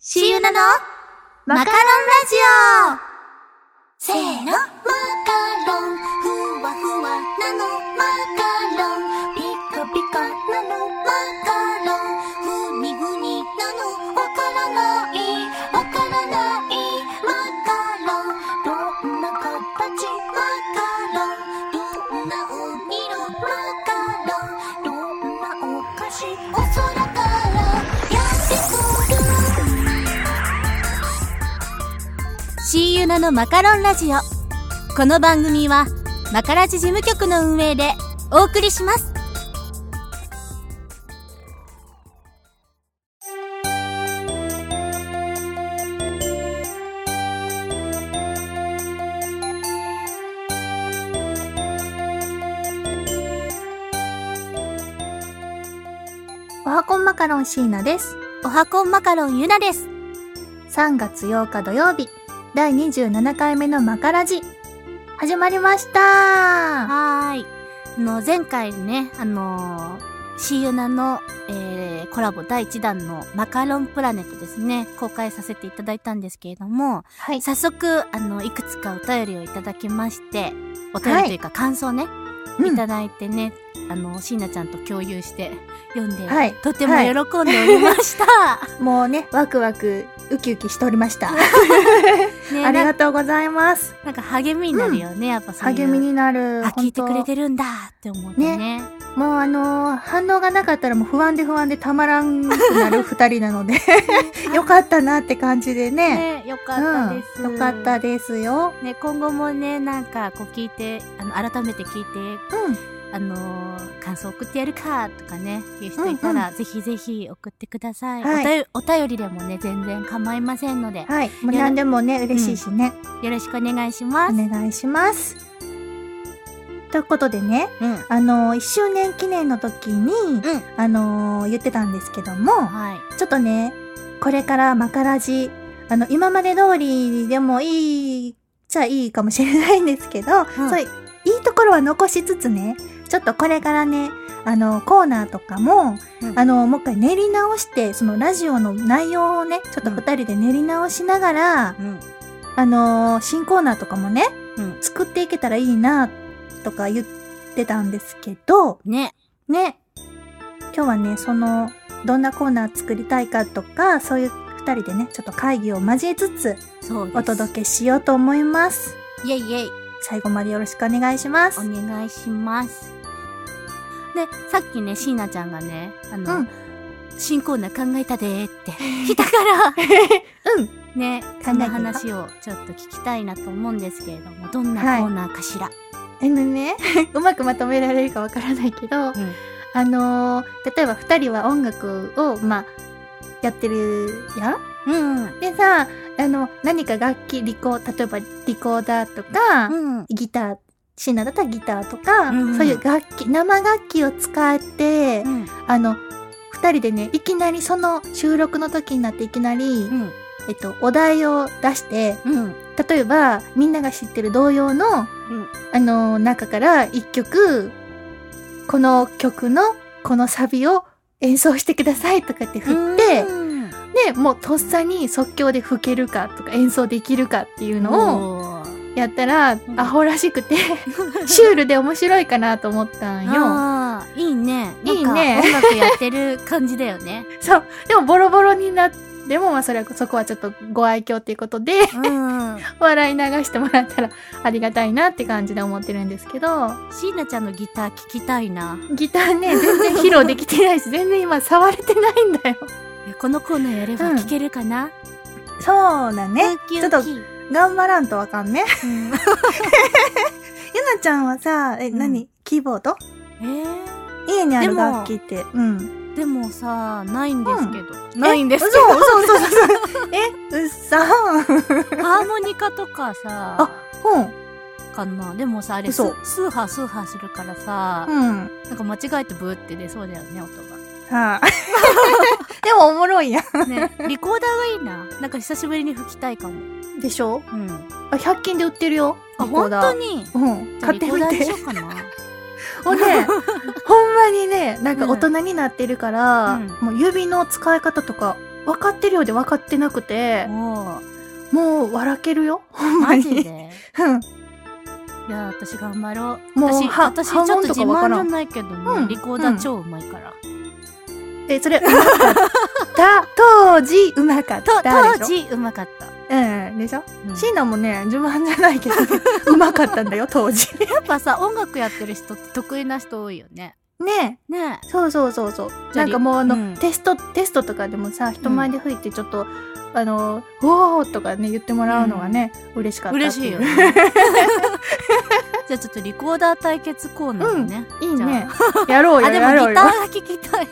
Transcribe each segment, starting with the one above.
しゆなのマカロンラジオせーのマカロンふわふわなのマカロンピカピカなのマカロンふにふになのわからないわからないマカロンどんな形マカロンどんな色マカロンどんなお菓子お空からやってくる C ユナのマカロンラジオこの番組はマカラジ事務局の運営でお送りしますおはこんマカロンシーナです。おはこんマカロンユナです3月8日土曜日、第27回目のマカラジ、始まりましたはーいあの前回ねあのー、C ユナの、えー、コラボ第1弾のマカロンプラネットですね公開させていただいたんですけれどもはい。早速あのいくつかお便りをいただきましてお便りというか感想ね、いただいてね、あの、椎名ちゃんと共有して読んで、はいとても喜んでおりま した。うんもうね、ワクワク、ウキウキしておりました。ねありながとうございます。なんか励みになるよね、やっぱそういう。励みになる。あ、聞いてくれ本てるんだって思ってね。当もうあのー反応がなかったらもう不安で不安でたまらんくなる二人な ので、よかったなって感じでね。ねよかったです。うん。よかったですよ。ね、今後もね、なんか、こう聞いて、あの、改めて聞いて、うあのー感想送ってやるか、とかね、いう人いたら、ぜひぜひ送ってください。はいおたよお便りでもね、全然構いませんのでん。、はい。もう何でもね、嬉しいしね。よろしくお願いしまおす。願いします。ということでね、うん。あの、1周年記念の時に、うん。あの、言ってたんですけども、はい。ちょっとね、これからマカラジ、あの、今まで通りでもいい、じゃいいかもしれないんですけど、んそういいところは残しつつね、ちょっとこれからね、あの、コーナーとかも、うんあの、もう一回練り直して、そのラジオの内容をね、ちょっと二人で練り直しながら、うん。あのー新コーナーとかもね、うん作っていけたらいいな、とか言ってたんですけど、ね。ね、今日はね、その、どんなコーナー作りたいかとか、そういう二人でね、ちょっと会議を交えつつ、そうです。お届けしようと思います。イェイイェイ。最後までよろしくお願いします。お願いします。で、さっきね、椎名ちゃんがね、あの、うん新コーナー考えたでー って来たから、うん。ね、えてそみのた話をちょっと聞きたいなと思うんですけれども、どんなコーナーかしら。えのね、 うまくまとめられるかわからないけど、うんあのー例えば二人は音楽を、まあ、やってるやんうん。でさあの何か楽器リコ例えばリコーダーとか、うん。ギターシーナだったらギターとか、うんうんそういう楽器生楽器を使って、うん。あの2人でねいきなりその収録の時になっていきなり、うん。えっと、お題を出してうん。例えばみんなが知ってる童謡の、あの中から1曲この曲のこのサビを演奏してくださいとかって振って。うんで、もうとっさに即興で吹けるかとか演奏できるかっていうのをおーやったらんアホらしく て、シュールで面白いかなと思ったんよ。あーいいね。なんかいいね音楽やってる感じだよね。そう。でもボロボロになっても、まあそれは、そこはちょっとご愛嬌っていうことで、 うん。笑い流してもらったらありがたいなって感じで思ってるんですけど、椎名ちゃんのギター聞きたいな。ギターね、全然披露できてないし、全然今触れてないんだよ。えこのコーナーやれば聞けるかな、そうだねウキウキちょっと頑張らんとわかんね。うんゆなちゃんはさ、え、何キーボードえー、家にある楽器って。うん。でもさないんですけど、えないんですけ嘘嘘嘘嘘嘘。え、うっさーん。どハーモニカとかさあ、うん。かなでもさあれス嘘スーハースーハーするからさ、うん。なんか間違えてブーって出そうだよね音はあ。 でもおもろいや がねリコーダーがいいななんか久しぶりに吹きたいかもん。でしょうんあ、100均で売ってるよ。あリコ本ーダ当ーにじうん。ゃあ買リってコーみダーにして よ。うかなもうね、ほんまにね、なんか大人になってるから、うんもう指の使い方とか分かってるようで分かってなくて、ももう笑けるよ。ほう、んまマに。ジで。うん。いや、私頑張ろう。もう私、は私ちょ半っと音と自か慢わかじらゃんないけどね、うんリコーダー超うまいから。で、それ、うま かった。当時、うまかっとた。当でしょ。時うまかった。うん、でしょ。うんシーナもね、自慢じゃない けど、うまかったんだよ、当時。やっぱさ、音楽やってる人って得意な人多いよね。ねねえ。そうそうそうそう。じゃあなんかもう、あの、うんテスト、テストとかでもさ、人前で吹いてちょっと、あの、おーとかね、言ってもらうのがね、嬉しかえ。ったってう嬉しいよ、ね。 じゃあちょっとリコーダー対決コーナーもね。 いいじねゃ。やろうよ、あ、でやろもうギよター。が聞きたい。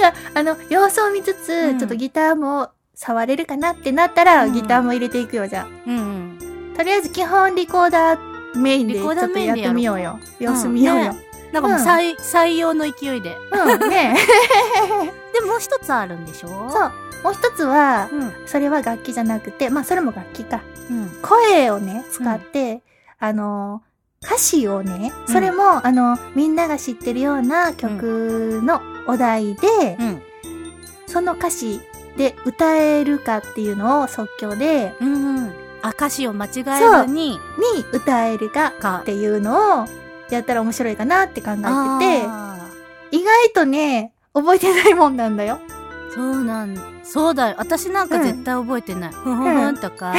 だから、あの、様子を見つつ、うんちょっとギターも触れるかなってなったら、うんギターも入れていくよ、じゃうんうん。あ。とりあえず基本リコーダーメインで、リちコょーっダーとメイやンっでてやろうみようよ。様子見ようよ。なんかもううん採,、採用の勢いで。うん、ね で、もう一つあるんでしょえ。そう。もう一つは、うん。それは楽器じゃなくて、まあそれも楽器か。うん。声をね、使って、あの、歌詞をね、それも、あの、みんなが知ってるような曲のお題で、うん。その歌詞で歌えるかっていうのを即興で、うんうん。あ、歌詞を間違えずに、に歌えるかかっ。ていうのをやったら面白いかなって考えてあて、意外とね、覚えてないもんなんだよ。ーそうなん、そうだよ。私なんか絶対覚えてない。ふんふんふんと か、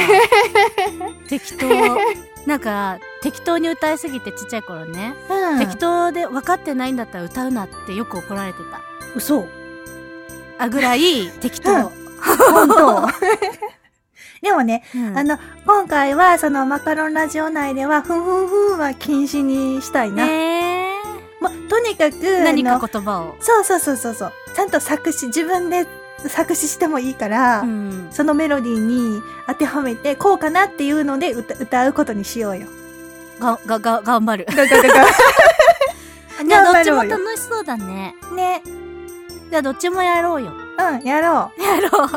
適当、なんか、適当に歌いすぎてちっちゃい頃ね、うん。 適当で分かってないんだったら歌うなってよく怒られて嘘。た。あぐらい、適当。うん本当。でもね、うんあの、今回はそのマカロンラジオ内では、ふんふんふんは禁止にしたいな。ねま、とにかく、え何あかの言葉を。そうそうそうそうそう。ちゃんと作詞、自分で作詞してもいいから、うん。そのメロディーに当てはめて、こうかなっていうので歌歌うことにしようよ。が、が、が、頑張る。ガガガガ じゃあ、どっ頑張ちろもうよ楽しそうだね。ね。じゃあ、どっちもやろうよ。うん、やろやろう。う。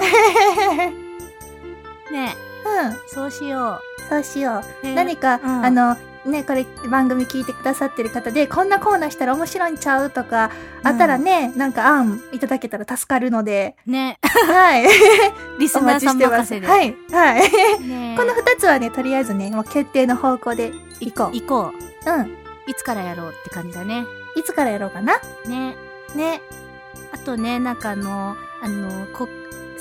ねうん、え、そうしよそうしよ う。ねう。え何か、うんあの、ね、これ番組聞いてくださってる方で、こんなコーナーしたら面白いんちゃうとか、あったらね、なんか案いただけたら助かる ので、ねはい。 リスおナー待ちさしんてま任す。せで。はい、はい。ねえこの二つはね、とりあえずね、もう決定の方向で行こう。行こうん。う。いつからやろうって感じだね。いつからやろうか なね。ね。あとね、なんかあの、あの、こ、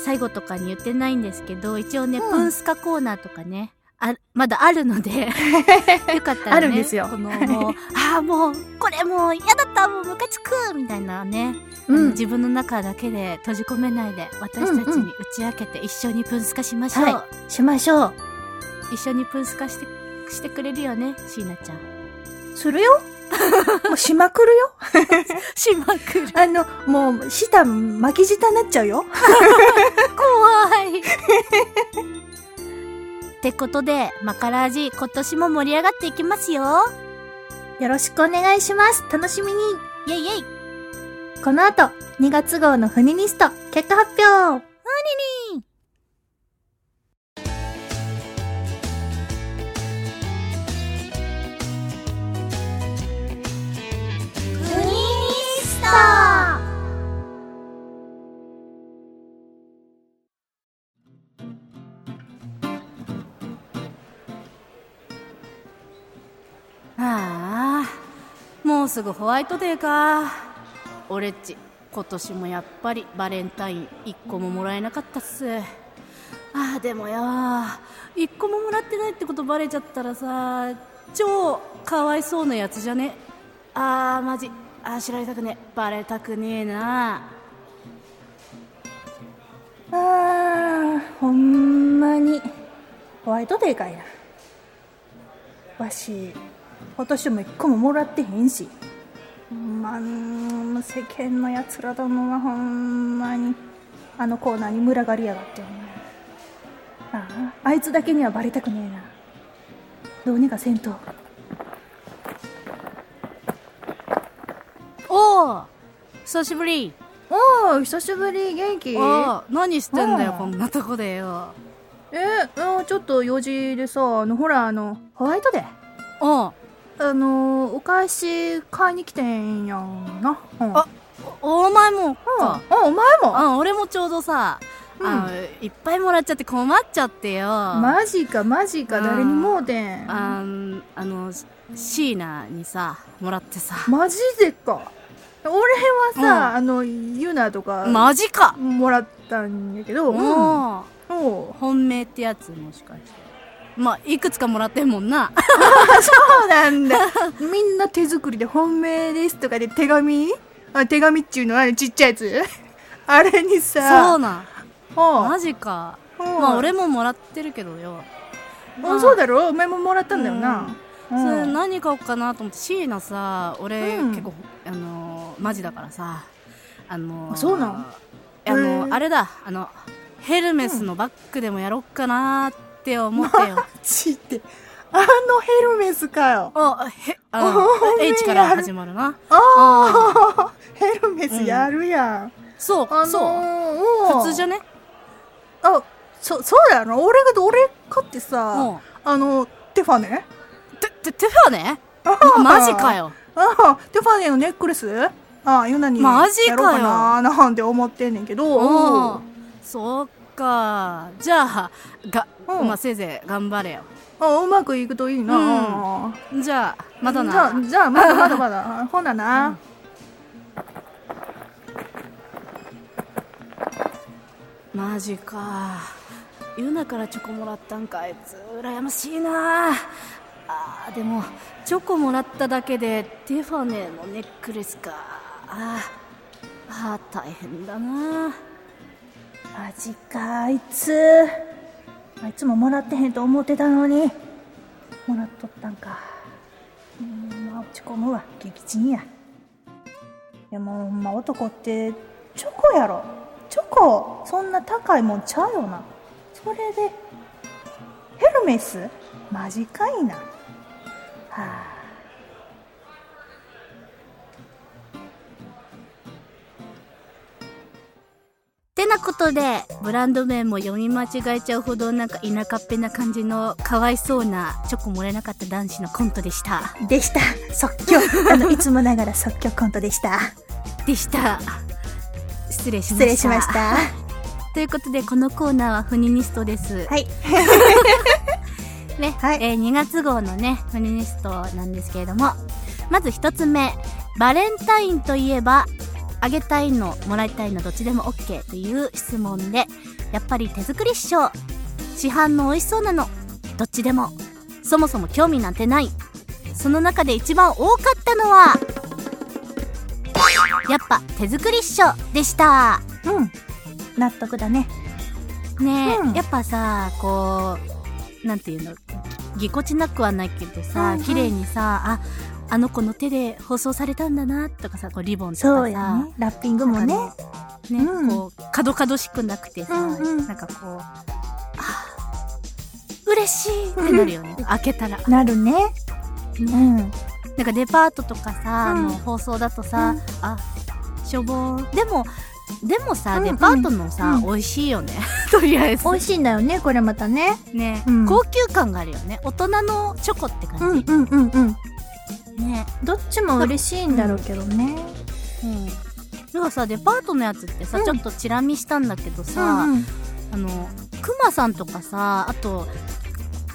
最後とかに言ってないんですけど、一応ね、うんプンスカコーナーとかね、あ、まだあるので、 よかったらね。あるんですよこの、もう、ああ、もう、これもう嫌だった、もうムカつくみたいなね、あのうん。自分の中だけで閉じ込めないで、私たちに打ち明けて一緒にプンスカしましょう。はしましょう。一緒にプンスカして、してくれるよね、シーナちゃん。する よもうしまくるよ しまくる。あの、もう、舌巻き舌になっちゃうよ。怖い。ってことで、マカラージ、今年も盛り上がっていきますよ。よろしくお願いします。楽しみに。イェイイェイ。この後、2月号のフニニスト、結果発表フニースターああ、もうすぐホワイトデーか。俺っち、今年もやっぱりバレンタイン一個ももらえなかったっす。ああ、でもよ、一個ももらってないってことバレちゃったらさ、超かわいそうなやつじゃね。ああ、マジ、ああ、知られたくねえ、バレたくねえな。あー、ほんまに。ホワイトデーかいな。わし、今年も一個ももらってへんし。まあ、世間の奴らどもはほんまに、あのコーナーに群がりやがって、ほんまああ、あいつだけにはバレたくねえな。どうにかせんと。おお久しぶりおー、久しぶり、元気おお何してんだようんこんなとこでよえちょっと用事でさ、あの、ほら、あの、ホワイトデー。おうあのーお返し買いに来てんやんな。うんあお前もか、うん、お前もあ俺もちょうどさ、あのいっぱいもらっちゃって困っちゃってよマジかマジかうん誰にもうてんあんあのシシーナにさもらってさマジでか俺はさ、うんあのユナとかマジかもらったんやけど、うんもそうう本命ってやつもしかしてまあいくつかもらってんもんなそうなんだ みんな手作りで本命ですとかで手紙あ手紙っちゅうのあれちっちゃいやつ あれにさそうなんほうマジかうんまあ俺ももらってるけどよまああそうだろお前ももらったんだよな、そうれん何買おうかなと思って椎名さ俺、うん結構あのーマジだからさあのーあそうなのあのへーーあれだあのヘルメスのバッグでもやろっかなーって思ってよ、ちってあのヘルメスかよあ、へ、あ おー H から始まるな。ああヘルメスやるやん、そう、あのー、そう。そう普通じゃねあそそうだよな俺が俺かってさ、うんあのテファネて、て、テファ ね マジかよ。あテファネのネックレスあユナにマジかよやろうかななんて思ってんねんけどうん。そうか。じゃあ、が、うんまあ、せいぜい頑張れよ。あうまくいくといいな、じゃあ、まだじゃな。あじゃあまだまだまだほんなな、マジか。ユナからチョコもらったんか、あいつ、羨ましいな。あーでも、チョコもらっただけで、テファネのネックレスか。あーあー、大変だな。マジかあいつあいつももらってへんと思ってたのにもらっとったんかうーんまあ落ち込むわ激沈やいやもうほんま男ってチョコやろチョコそんな高いもんちゃうよなそれでヘルメスマジかいなはあてなことでブランド名も読み間違えちゃうほどなんか田舎っぺな感じのかわいそうなチョコもらえなかった男子のコントでしたでした即 興あのいつもながら即興コントでしたでした失礼しました失礼しましたということでこのコーナーはフニニストですはいね、はいえー2月号のねフニニストなんですけれどもまず一つ目バレンタインといえばあげたいのもらいたいのどっちでも OK という質問でやっぱり手作りっしょ市販の美味しそうなのどっちでもそもそも興味なんてないその中で一番多かったのはやっぱ手作りっしょでしたうん納得だねねえ、うんやっぱさこうなんていうのぎこちなくはないけどうさんうん綺麗、にさああの子の手で包装されたんだなとかさこうリボンとかさそうやね。ラッピングもね。なんかねね、うんこう角々しくなくてさ、うんうんなんかこうあ嬉しいってなるよね、開けたらなるね。うん。なんかデパートとかさ、うんあの放送だとさ、うんあしょぼーんでもでもさ、うんうんデパートのさ、うん美味しいよね とりあえず美味しいんだよね、これまたね。ね、うん高級感があるよね大人のチョコって感じ、んうんうん。ねどっちも嬉しいんだろうけどね。うんなんかさデパートのやつってさ、うんちょっとチラ見したんだけどさ、うんあのクマさんとかさあと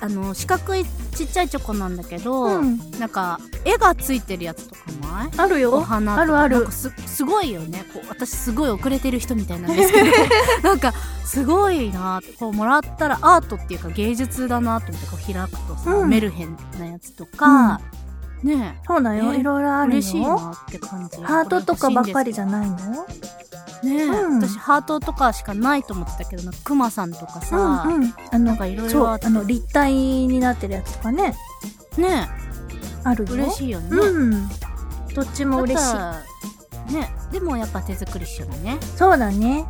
あの四角いちっちゃいチョコなんだけど、うん。なんか絵がついてるやつとかないあるおよ。花とかあるあなんるか。すすごいよねこう私すごい遅れてる人みたいなんですけ どなんかすごいなってこうもらったらアートっていうか芸術だなと思ってこう開くとさ、うんメルヘンなやつとか、ねそうだよ。ねいろいろある嬉しいよ。なって感じハートとかばっかりじゃんないのねえ、うん私ハートとかしかないと思ってたけどなんかクマさんとかさ、うん。あなんの、かいろいそう、ろああっての、立体になってるやつとかね。ねあるえよ。嬉しいよね、うん。どっちも嬉しい。いねでもやっぱ手作りっしょだねそうだね。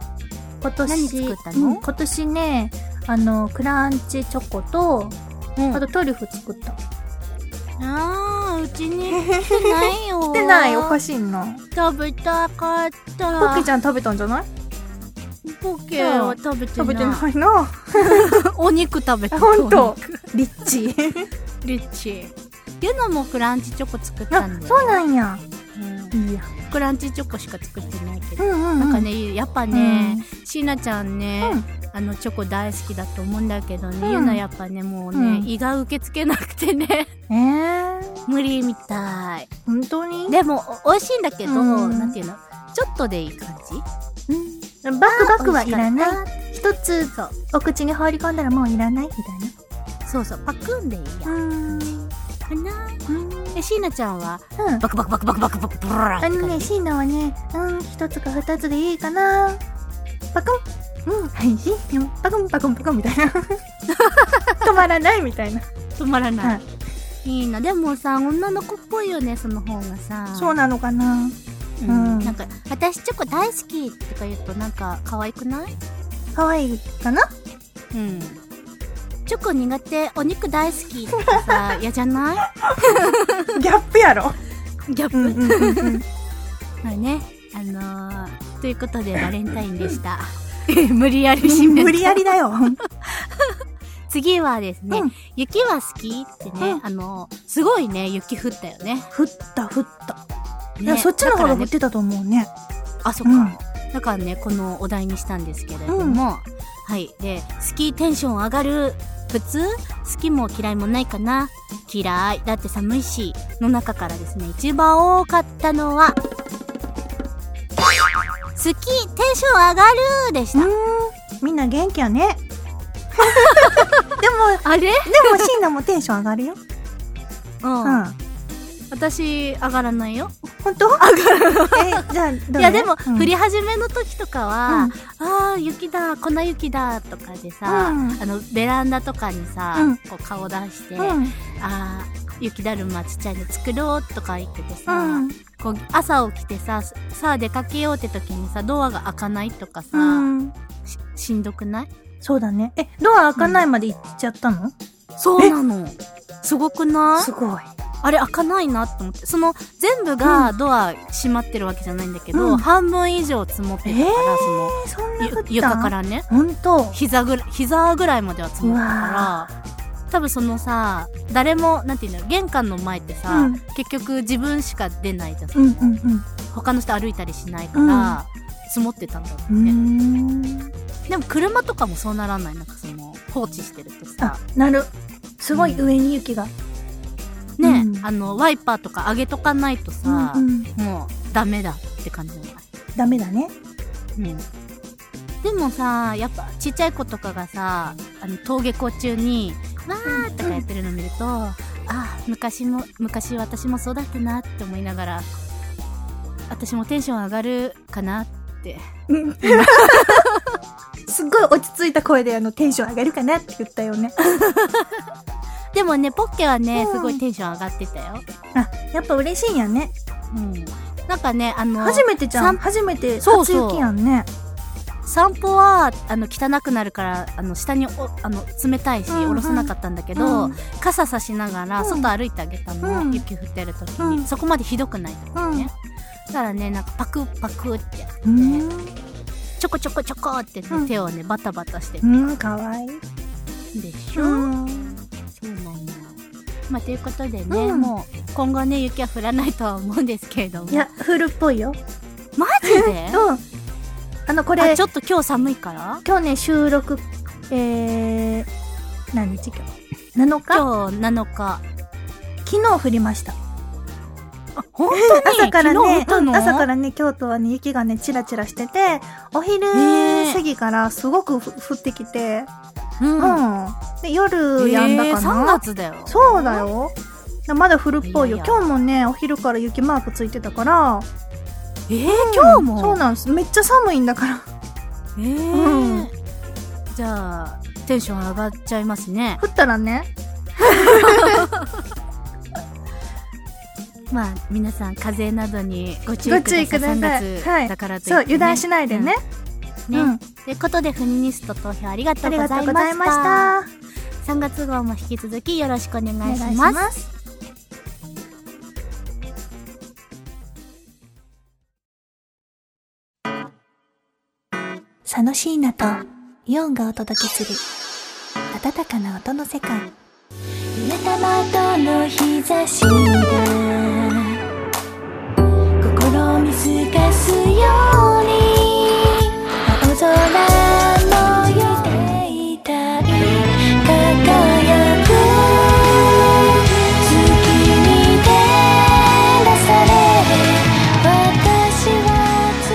今年、何作ったのうん今年ね、あの、クランチチョコと、あとトリュフ作った。あーうちに来てないよ 来てないおかしいな食べたかったポッキーちゃん食べたんじゃないポケは食べて食べてないないなお肉食べたほんとお肉 リッチリッチユナもフランチチョコ作ったあんだよそうなんやうんいいやクランチチョコしか作ってないけど、んうん、なんかねやっぱね、しなちゃんね、うんあのチョコ大好きだと思うんだけどね、んゆなやっぱねもうね、うん胃が受け付けなくてね えー、無理みたい本当にでもお美味しいんだけど、うんなんていうのちょっとでいい感じうんバクバクはいらない一つお口に放り込んだらもういらないみたいそうそうパクンでいいやなうんかなうんで椎名ちゃんはうんバクバクバクバクバクバクブラあーのね、シーナはね、うん、一つか二つでいいかな。パクン。うん、はい、し、パクンパクンパクンみた いな。止まらないみたいな。止まらない、はいい、いなでもさ女の子っぽいよねその方がさそうなのかな。ううんんなんか「私チョコ大好き」とか言うとなんか可愛くない可愛いかな。うんチョコ苦手お肉大好きとか さ嫌じゃないギャップやろ。ギャップ、うんうんうん うん。はいねあのー、ということでバレンタインでした 無理やり締めた無理やりだよ。次はですね、うん雪は好きってね、うんあのー、すごいね雪降ったよね降った降った。いねや、そっちの方がだから降っねてたと思うね。あそっか、だからねこのお題にしたんですけれども、うんはいで好きテンション上がる普通好きも嫌いもないかな嫌いだって寒いしの中からですね一番多かったのは好きテンション上がるでしうた、ん。みんな元気や ね。でも、あれでもシーナもテンション上がるよ。うん、うん。私上がらないよ本当？上がる。え、じゃあどれいやでも、うん降り始めの時とかはうん、ああ雪だ粉雪だとかでさ、うんあのベランダとかにさ、うんこう顔出して、うん。あー雪だるまちっちゃいの作ろうとか言っててさ、うんこう朝起きてささあ出かけようって時にさドアが開かないとかさ、うん。ししんどくないそうだね。え、ドア開かないまで行っちゃったの、そうなのすごくないごい。あれ開かないなと思ってその全部がドア閉まってるわけじゃないんだけど、うん半分以上積もってたから、え、そんそなのことゆ床か。らね本当。膝ぐら膝ぐらいまでは積もったうから多分そのさ誰もなんていうの玄関の前ってさ、うん結局自分しか出ないじゃんうんうん他の人歩いたりしないから、積もってたんだろううね、ん。うーん。でも車とかもそうならないなんかその放置してるとさあ、なる。すごいうん上に雪が。ね、うんあのワイパーとか上げとかないとさ、うんうん。もうダメだって感じじゃないダメだね。うんでもさやっぱちっちゃい子とかがさあの登下校中に「わー」とかやってるの見ると、ああ昔も昔私もそうだったなって思いながら私もテンション上がるかなってすっごい落ち着いた声であのテンション上がるかなって言ったよね。でもねポッケはね、うんすごいテンション上がってたよあ、やっぱ嬉しいんやね。うんなんかねあの初めてじゃさん。ん初めてそう初そう雪やんね。散歩はあの汚くなるからあの下におあの冷たいし、うんうん下ろせなかったんだけど、うん傘さしながらうん外歩いてあげたの、うん雪降ってる時に、うんそこまでひどくないからね、うんだからねなんかパクパクってやってうーん。ちょこちょこちょこって、ねうん手をねバタバタしてるうん、かわいい。でしょ、うん。そうなのまあということでね、うんもう今後ね雪は降らないとは思うんですけれどもいや、フルっぽいよ。マジでうん。あの、これ、あちょっと今日寒いから今日ね収録えー、何日今日7日今日7日昨日降りましたあ本当に朝から昨日降ねったの朝からね京都はね雪がねチラチラしててお昼ねえ過ぎからすごくふ降ってきてうんうんで夜やんだかえー3な、月だよそうだよまだ降るっぽいいよやいや今日もねお昼から雪マークついてたからえー、今日もそうなんですめっちゃ寒いんだからえーうんじゃあテンション上がっちゃいますね降ったらねまあ皆さん風邪などにご注ご意くだ注さい意くださ3い月はいだからといそう油断しなないでね、ね、うんということでフニニスト投票ありがとうありごがとざういごまざいしましたた3月号も引き続きよろしくお願いしますお願いします佐野椎名とイオンがお届けする温かな音の世界揺れた窓の日差しが心過ごすように青空の夢いたい輝く月に照らされ私は強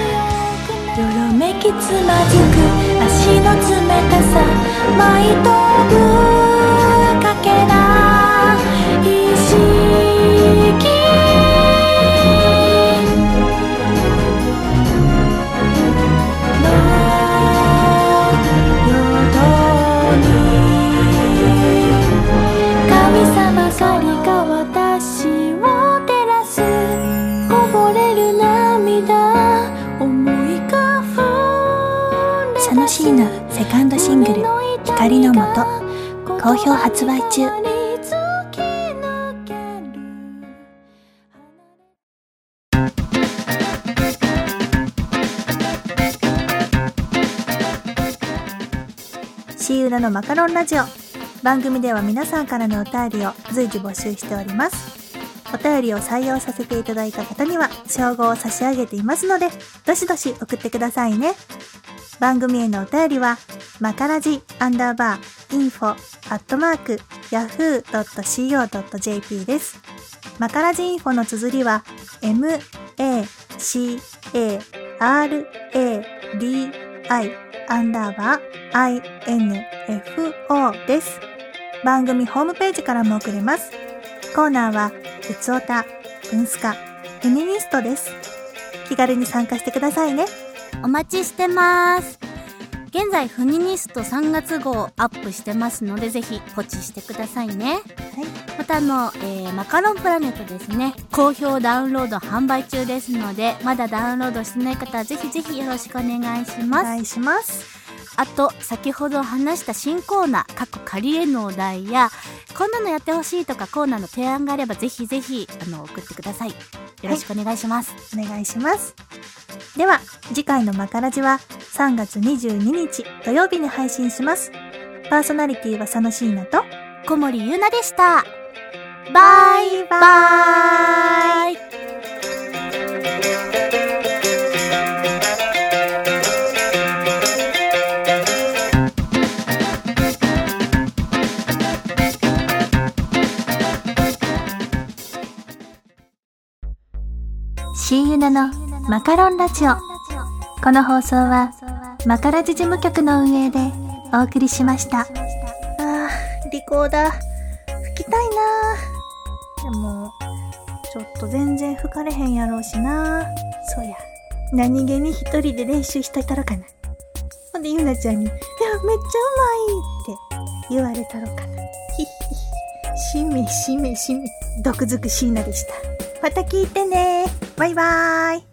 くなるよろめきつまずく足の冷たさ舞い飛ぶかけら意識のに神様さりが私を照らす溺れる涙思いがふサノシーのセカンドシングル「光のもと」好評発売中シーウラのマカロンラジオ番組では皆さんからのお便りを随時募集しておりますお便りを採用させていただいた方には称号を差し上げていますのでどしどし送ってくださいね番組へのお便りはマカラジアンダーバーインフォアットマークヤフー .co.jp ですマカラジインフォの綴りは macaradi アンダーバー info です。番組ホームページからも送れます。コーナーは、うつおた、うんすか、フェミニストです。気軽に参加してくださいね。お待ちしてます。現在、フニニスト3月号をアップしてますので、ぜひ、ポチしてくださいね。また、あの、えーマカロンプラネットですね。好評ダウンロード販売中ですので、まだダウンロードしてない方は、ぜひぜひよろしくお願いしおます。願いします。あと、先ほど話した新コーナー、過去仮へのお題や、こんなのやってほしいとかコーナーの提案があれば、ぜひぜひ、あの、送ってください。よろしくお願いします。お願いします。では、次回のマカラジは3月22日土曜日に配信します。パーソナリティはサノシーナと、小森ゆなでした。バイバイシーユナのマカロンラジオ。この放送は、マカラジ事務局の運営でお送りしました。あーリコーダー吹きたいなーでもちょっと全然吹かれへんやろうしなそうや何気に一人で練習しといたろかなほんでゆなちゃんに「いやめっちゃうまい!」って言われたろかなひっひしめしめしめ毒づくシーナでしたまた聞いてねバイバーイ